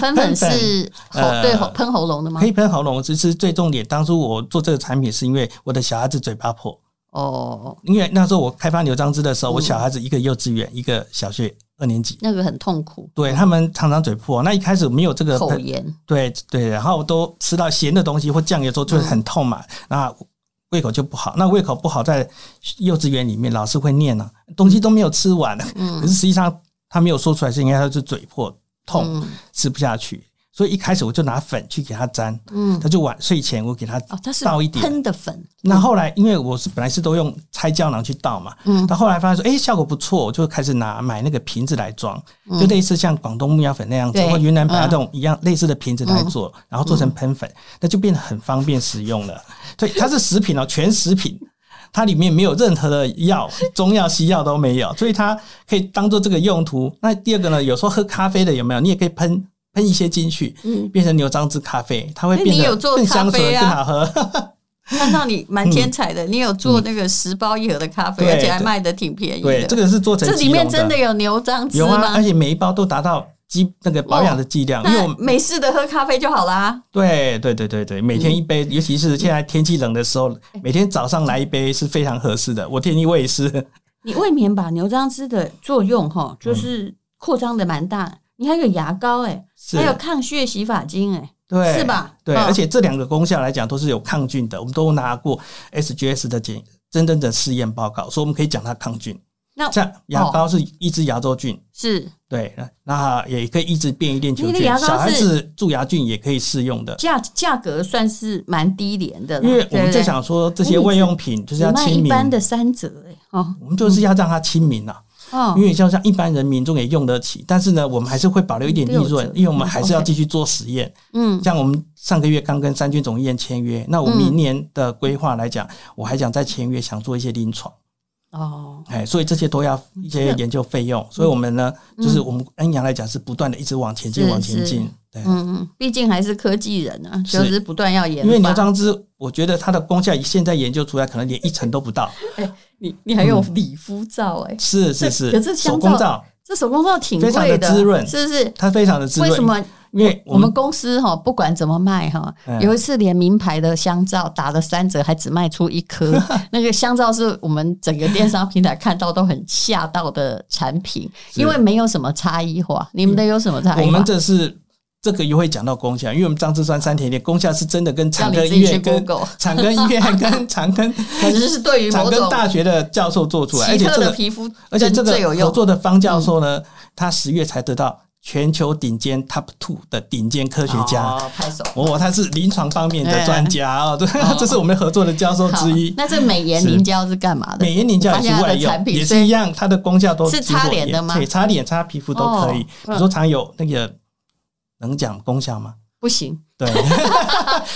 [SPEAKER 2] 喷粉是喉
[SPEAKER 3] 呃
[SPEAKER 2] 对喉喷喉咙的吗
[SPEAKER 3] 黑？喷喉咙，其实最重点，当初我做这个产品是因为我的小孩子嘴巴破，
[SPEAKER 2] 哦，
[SPEAKER 3] 因为那时候我开发牛樟汁的时
[SPEAKER 2] 嗯
[SPEAKER 3] 候，我小孩子一个幼稚园，一个小学二年级，
[SPEAKER 2] 那个很痛苦，
[SPEAKER 3] 对他们常常嘴破。那一开始没有这个
[SPEAKER 2] 嗯口
[SPEAKER 3] 喷
[SPEAKER 2] 炎。
[SPEAKER 3] 对对，然后都吃到咸的东西或酱油之后就会很痛嘛，那胃口就不好。那胃口不好，在幼稚园里面老师会念啊，东西都没有吃完，
[SPEAKER 2] 嗯
[SPEAKER 3] 可是实际上他没有说出来，是应该他是嘴破痛、
[SPEAKER 2] 嗯
[SPEAKER 3] 吃不下去。所以一开始我就拿粉去给他沾，
[SPEAKER 2] 嗯，
[SPEAKER 3] 他就晚睡前我给他
[SPEAKER 2] 哦，它是
[SPEAKER 3] 倒一点。
[SPEAKER 2] 喷的粉。
[SPEAKER 3] 那后来因为我是本来是都用拆胶囊去倒嘛，
[SPEAKER 2] 嗯
[SPEAKER 3] 到后来发现说，哎、效果不错，我就开始拿买那个瓶子来装，就类似像广东木药粉那样
[SPEAKER 2] 嗯
[SPEAKER 3] 子，
[SPEAKER 2] 对嗯
[SPEAKER 3] 或云南白药这种一样类似的瓶子来做，然后做成喷粉，那就变得很方便使用了。对，它是食品哦，全食品。它里面没有任何的 药，中药、西药都没有，所以它可以当做这个用途。那第二个呢，有时候喝咖啡的有没有？你也可以喷喷一些进去，
[SPEAKER 2] 嗯，
[SPEAKER 3] 变成牛樟汁咖啡，它会
[SPEAKER 2] 哎
[SPEAKER 3] 变
[SPEAKER 2] 你有
[SPEAKER 3] 得
[SPEAKER 2] 做
[SPEAKER 3] 更香
[SPEAKER 2] 咖啡
[SPEAKER 3] 醇、
[SPEAKER 2] 啊
[SPEAKER 3] 更好 喝。
[SPEAKER 2] 看到你蛮天才的，你有做那个十包一盒的咖啡，
[SPEAKER 3] 嗯对
[SPEAKER 2] 而且还卖的挺便宜
[SPEAKER 3] 对，这
[SPEAKER 2] 的。
[SPEAKER 3] 个是做成
[SPEAKER 2] 这里面
[SPEAKER 3] 即溶
[SPEAKER 2] 真的有牛樟汁
[SPEAKER 3] 有啊，
[SPEAKER 2] 吗
[SPEAKER 3] 而？且每一包都达到基那个保养的剂量，因为我
[SPEAKER 2] 那
[SPEAKER 3] 们
[SPEAKER 2] 美式的喝咖啡就好啦。
[SPEAKER 3] 对对对对对，每天一杯，
[SPEAKER 2] 嗯
[SPEAKER 3] 尤其是现在天气冷的时候，每天早上来一杯是非常合适的。我建议我也是，
[SPEAKER 2] 你未免把牛樟芝的作用哈，
[SPEAKER 3] 嗯
[SPEAKER 2] 就是扩张的蛮大。你还有牙膏哎、
[SPEAKER 3] 是
[SPEAKER 2] 还有抗血洗发精哎、
[SPEAKER 3] 对
[SPEAKER 2] 是？吧？
[SPEAKER 3] 对，
[SPEAKER 2] 嗯
[SPEAKER 3] 而且这两个功效来讲都是有抗菌的，我们都拿过 SGS 的检真正的试验报告，所以我们可以讲它抗菌。
[SPEAKER 2] 那哦
[SPEAKER 3] 像牙膏是抑制牙周菌，
[SPEAKER 2] 是
[SPEAKER 3] 对，那也可以抑制变异链球
[SPEAKER 2] 那个
[SPEAKER 3] 菌。
[SPEAKER 2] 牙膏是
[SPEAKER 3] 小孩子蛀牙菌也可以适用的，
[SPEAKER 2] 价价格算是蛮低廉的啦，
[SPEAKER 3] 因为我
[SPEAKER 2] 嗯对不
[SPEAKER 3] 们就
[SPEAKER 2] 对
[SPEAKER 3] 想说这些卫用品就是要
[SPEAKER 2] 你卖
[SPEAKER 3] 亲
[SPEAKER 2] 一
[SPEAKER 3] 民，
[SPEAKER 2] 般的三折哎、哦
[SPEAKER 3] 我们就是要让它亲民啊。因
[SPEAKER 2] 哦，
[SPEAKER 3] 为像像一般人民众也用得起，但是呢，我们还是会保留一点利
[SPEAKER 2] 六
[SPEAKER 3] 润
[SPEAKER 2] 折，
[SPEAKER 3] 因为我们还是要
[SPEAKER 2] OK
[SPEAKER 3] 继续做实验。
[SPEAKER 2] 嗯
[SPEAKER 3] 像我们上个月刚跟三军总医院签约，那我明年的规划来讲，我还想再签约，想做一些临床，
[SPEAKER 2] 哦，
[SPEAKER 3] 哎，所以这些都要一些研究费用。所以我们呢，就是我们恩阳来讲是不断的一直往前进，
[SPEAKER 2] 是
[SPEAKER 3] 往前进。对，
[SPEAKER 2] 嗯嗯，毕竟还是科技人啊，
[SPEAKER 3] 是
[SPEAKER 2] 就是不断要研
[SPEAKER 3] 因为牛
[SPEAKER 2] 发。
[SPEAKER 3] 樟芝，我觉得它的功效现在研究出来可能连一成都不到，
[SPEAKER 2] 哎你你还有
[SPEAKER 3] 嗯
[SPEAKER 2] 理肤皂哎、
[SPEAKER 3] 是是
[SPEAKER 2] 可
[SPEAKER 3] 是，
[SPEAKER 2] 是香
[SPEAKER 3] 手工
[SPEAKER 2] 皂
[SPEAKER 3] 皂
[SPEAKER 2] 这手工皂挺
[SPEAKER 3] 非常
[SPEAKER 2] 贵
[SPEAKER 3] 的滋润
[SPEAKER 2] 是不是？
[SPEAKER 3] 它非常的滋
[SPEAKER 2] 为
[SPEAKER 3] 润。
[SPEAKER 2] 什？么
[SPEAKER 3] 因为
[SPEAKER 2] 我们公司哈不管怎么卖哈，
[SPEAKER 3] 嗯
[SPEAKER 2] 有一次连名牌的香皂打了三折，还只卖出一颗。 那个香皂是我们整个电商平台看到都很吓到的产品，
[SPEAKER 3] 是嗯
[SPEAKER 2] 因为没有什么差异化。你们的有什么差异化？
[SPEAKER 3] 我们这是这个又会讲到功效，因为我们张志川三田店功效是真的跟
[SPEAKER 2] 要
[SPEAKER 3] 长
[SPEAKER 2] 你
[SPEAKER 3] 庚
[SPEAKER 2] 自
[SPEAKER 3] 医
[SPEAKER 2] 己去
[SPEAKER 3] 院、跟
[SPEAKER 2] Google，
[SPEAKER 3] 长庚医院、跟长 庚、
[SPEAKER 2] 可是是对于
[SPEAKER 3] 长
[SPEAKER 2] 某
[SPEAKER 3] 庚
[SPEAKER 2] 种
[SPEAKER 3] 大学的教授做出来，而
[SPEAKER 2] 奇
[SPEAKER 3] 且
[SPEAKER 2] 特
[SPEAKER 3] 这
[SPEAKER 2] 的
[SPEAKER 3] 个
[SPEAKER 2] 皮肤，
[SPEAKER 3] 而且这
[SPEAKER 2] 最有
[SPEAKER 3] 个合
[SPEAKER 2] 用。嗯
[SPEAKER 3] 作的方教授呢，他十月才得到全球顶尖 Top Two 的顶尖科学家。
[SPEAKER 2] 哦，拍手。
[SPEAKER 3] 哦，他是临床方面的专家哦，对
[SPEAKER 2] 哦，
[SPEAKER 3] 这是我们合作的教授
[SPEAKER 2] 好
[SPEAKER 3] 之一，。
[SPEAKER 2] 那这美颜凝胶是干嘛的？
[SPEAKER 3] 美颜凝胶也是外
[SPEAKER 2] 我发现它的产
[SPEAKER 3] 用，
[SPEAKER 2] 品
[SPEAKER 3] 也
[SPEAKER 2] 所以
[SPEAKER 3] 是一样，它的功效都
[SPEAKER 2] 是
[SPEAKER 3] 几乎
[SPEAKER 2] 擦脸
[SPEAKER 3] 一
[SPEAKER 2] 的
[SPEAKER 3] 样
[SPEAKER 2] 吗
[SPEAKER 3] 对，擦脸、擦皮肤都可以。
[SPEAKER 2] 哦
[SPEAKER 3] 比如说常有那个能讲功效吗？
[SPEAKER 2] 不行，
[SPEAKER 3] 对，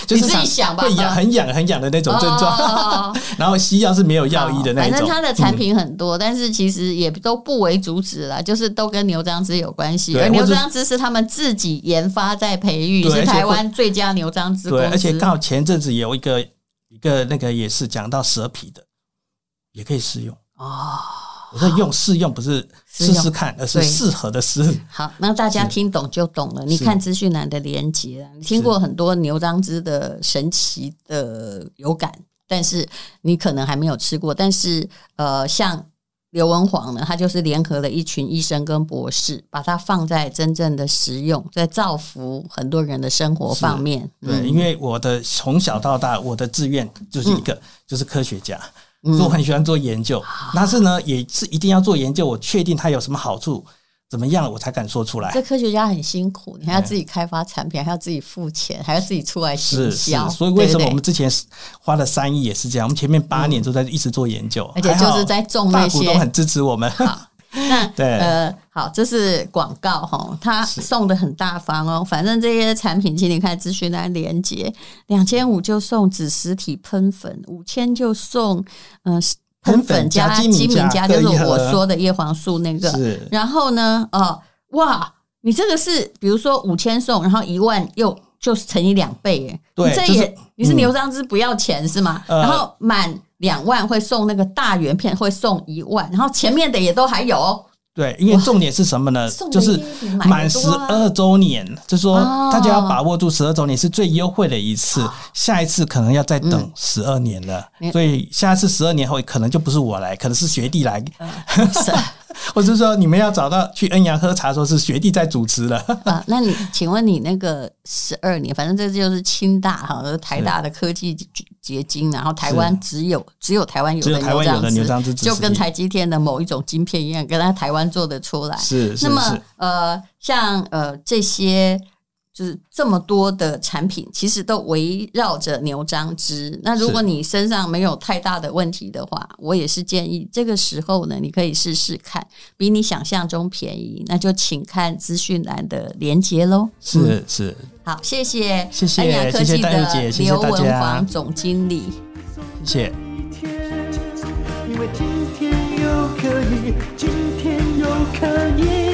[SPEAKER 3] 就
[SPEAKER 2] 你
[SPEAKER 3] 是
[SPEAKER 2] 自己
[SPEAKER 3] 常
[SPEAKER 2] 想吧嗯
[SPEAKER 3] 会痒、很痒、很痒的那种症状。
[SPEAKER 2] 哦
[SPEAKER 3] 然后西药是没有药医的那一
[SPEAKER 2] 反
[SPEAKER 3] 种。
[SPEAKER 2] 正
[SPEAKER 3] 嗯
[SPEAKER 2] 它的产品很多，但是其实也都不为阻止啦，就是都跟牛樟芝有关系。
[SPEAKER 3] 对
[SPEAKER 2] 而牛
[SPEAKER 3] 或者
[SPEAKER 2] 樟芝是他们自己研发在培育，
[SPEAKER 3] 对
[SPEAKER 2] 是
[SPEAKER 3] 而且
[SPEAKER 2] 台
[SPEAKER 3] 会
[SPEAKER 2] 湾最佳牛樟芝公
[SPEAKER 3] 对，
[SPEAKER 2] 司。
[SPEAKER 3] 而且刚好前阵子有一个一个那个也是讲到蛇皮的，也可以试用。
[SPEAKER 2] 哦，
[SPEAKER 3] 我说用试用不是
[SPEAKER 2] 试用
[SPEAKER 3] 试试看，而是
[SPEAKER 2] 对
[SPEAKER 3] 适合的试。
[SPEAKER 2] 好，那大家听懂就懂了。你看资讯栏的连接，你听过很多牛樟芝的神奇的有感，但是你可能还没有吃过。但是呃，像刘文煌呢，他就是联合了一群医生跟博士，把它放在真正的实用，在造福很多人的生活
[SPEAKER 3] 是
[SPEAKER 2] 方面。
[SPEAKER 3] 对，因为我的从小到大，我的志愿就是
[SPEAKER 2] 嗯
[SPEAKER 3] 一个，就是科学家。所以我很喜欢做研究，但是呢，也是一定要做研究，我确定它有什么好处，怎么样，我才敢说出来。
[SPEAKER 2] 这科学家很辛苦，你还要自己开发产品，还要自己付钱，还要自己出来行
[SPEAKER 3] 是是
[SPEAKER 2] 销，，
[SPEAKER 3] 所以为什
[SPEAKER 2] 对不对嗯
[SPEAKER 3] 么我们之前是花了三亿也是这样？我们前面八年都在一直做研究，
[SPEAKER 2] 而且就是在种
[SPEAKER 3] 还
[SPEAKER 2] 那
[SPEAKER 3] 好大股
[SPEAKER 2] 些
[SPEAKER 3] 东很支持我 们。
[SPEAKER 2] 那
[SPEAKER 3] 对
[SPEAKER 2] 呃，好，这是广告哈，他送的很大方哦。反正这些产品，请你看资讯栏连接，两千五就送纸实体喷粉，五千就送嗯、呃喷粉
[SPEAKER 3] 喷粉
[SPEAKER 2] 加鸡
[SPEAKER 3] 加鸡
[SPEAKER 2] 鸣
[SPEAKER 3] 米加
[SPEAKER 2] 加，
[SPEAKER 3] 各
[SPEAKER 2] 就是
[SPEAKER 3] 一盒
[SPEAKER 2] 我说的叶黄素那个。
[SPEAKER 3] 是
[SPEAKER 2] 然后呢，呃，哇，你这个是比如说五千送，然后一万又就是乘以两倍耶，
[SPEAKER 3] 对
[SPEAKER 2] 你这
[SPEAKER 3] 就是
[SPEAKER 2] 也、你是
[SPEAKER 3] 嗯
[SPEAKER 2] 牛樟芝不要钱是吗？
[SPEAKER 3] 呃
[SPEAKER 2] 然后满两万会送那个大圆片，会送一万，然后前面的也都还有哦，
[SPEAKER 3] 对，因为重点是什么呢
[SPEAKER 2] 送？的
[SPEAKER 3] 就是
[SPEAKER 2] 一定比买的
[SPEAKER 3] 满十
[SPEAKER 2] 多啊
[SPEAKER 3] 二周年，就说
[SPEAKER 2] 哦
[SPEAKER 3] 大家要把握住十二周年是最优惠的一次，下一次可能要再
[SPEAKER 2] 嗯
[SPEAKER 3] 等十二年了
[SPEAKER 2] 你。
[SPEAKER 3] 所以下一次十二年后可能就不是我来，可能是学弟来，
[SPEAKER 2] 是啊、
[SPEAKER 3] 或是说你们要找到去恩阳喝茶，说是学弟在主持了。
[SPEAKER 2] 啊那你请问你那个十二年，反正这就是清大哈，台大的科技结晶，然后台湾只有只有台湾有
[SPEAKER 3] 只
[SPEAKER 2] 的
[SPEAKER 3] 有台湾有的牛樟芝
[SPEAKER 2] 就
[SPEAKER 3] 知识
[SPEAKER 2] 跟
[SPEAKER 3] 体
[SPEAKER 2] 台积电的某一种晶片一样，跟它台湾做得出来。
[SPEAKER 3] 是
[SPEAKER 2] 那么呃，像呃这些就是这么多的产品，其实都围绕着牛樟芝。那如果
[SPEAKER 3] 是
[SPEAKER 2] 你身上没有太大的问题的话，我也是建议这个时候呢，你可以试试看，比你想象中便宜。那就请看资讯栏的连接喽。嗯
[SPEAKER 3] 是是，
[SPEAKER 2] 好，谢谢
[SPEAKER 3] 谢谢
[SPEAKER 2] 安阳科技
[SPEAKER 3] 谢谢戴茹
[SPEAKER 2] 的
[SPEAKER 3] 姐谢谢
[SPEAKER 2] 刘
[SPEAKER 3] 大
[SPEAKER 2] 文
[SPEAKER 3] 家
[SPEAKER 2] 煌总经理。
[SPEAKER 3] 谢谢。
[SPEAKER 1] 一天，因为今天又可以，今天又可以。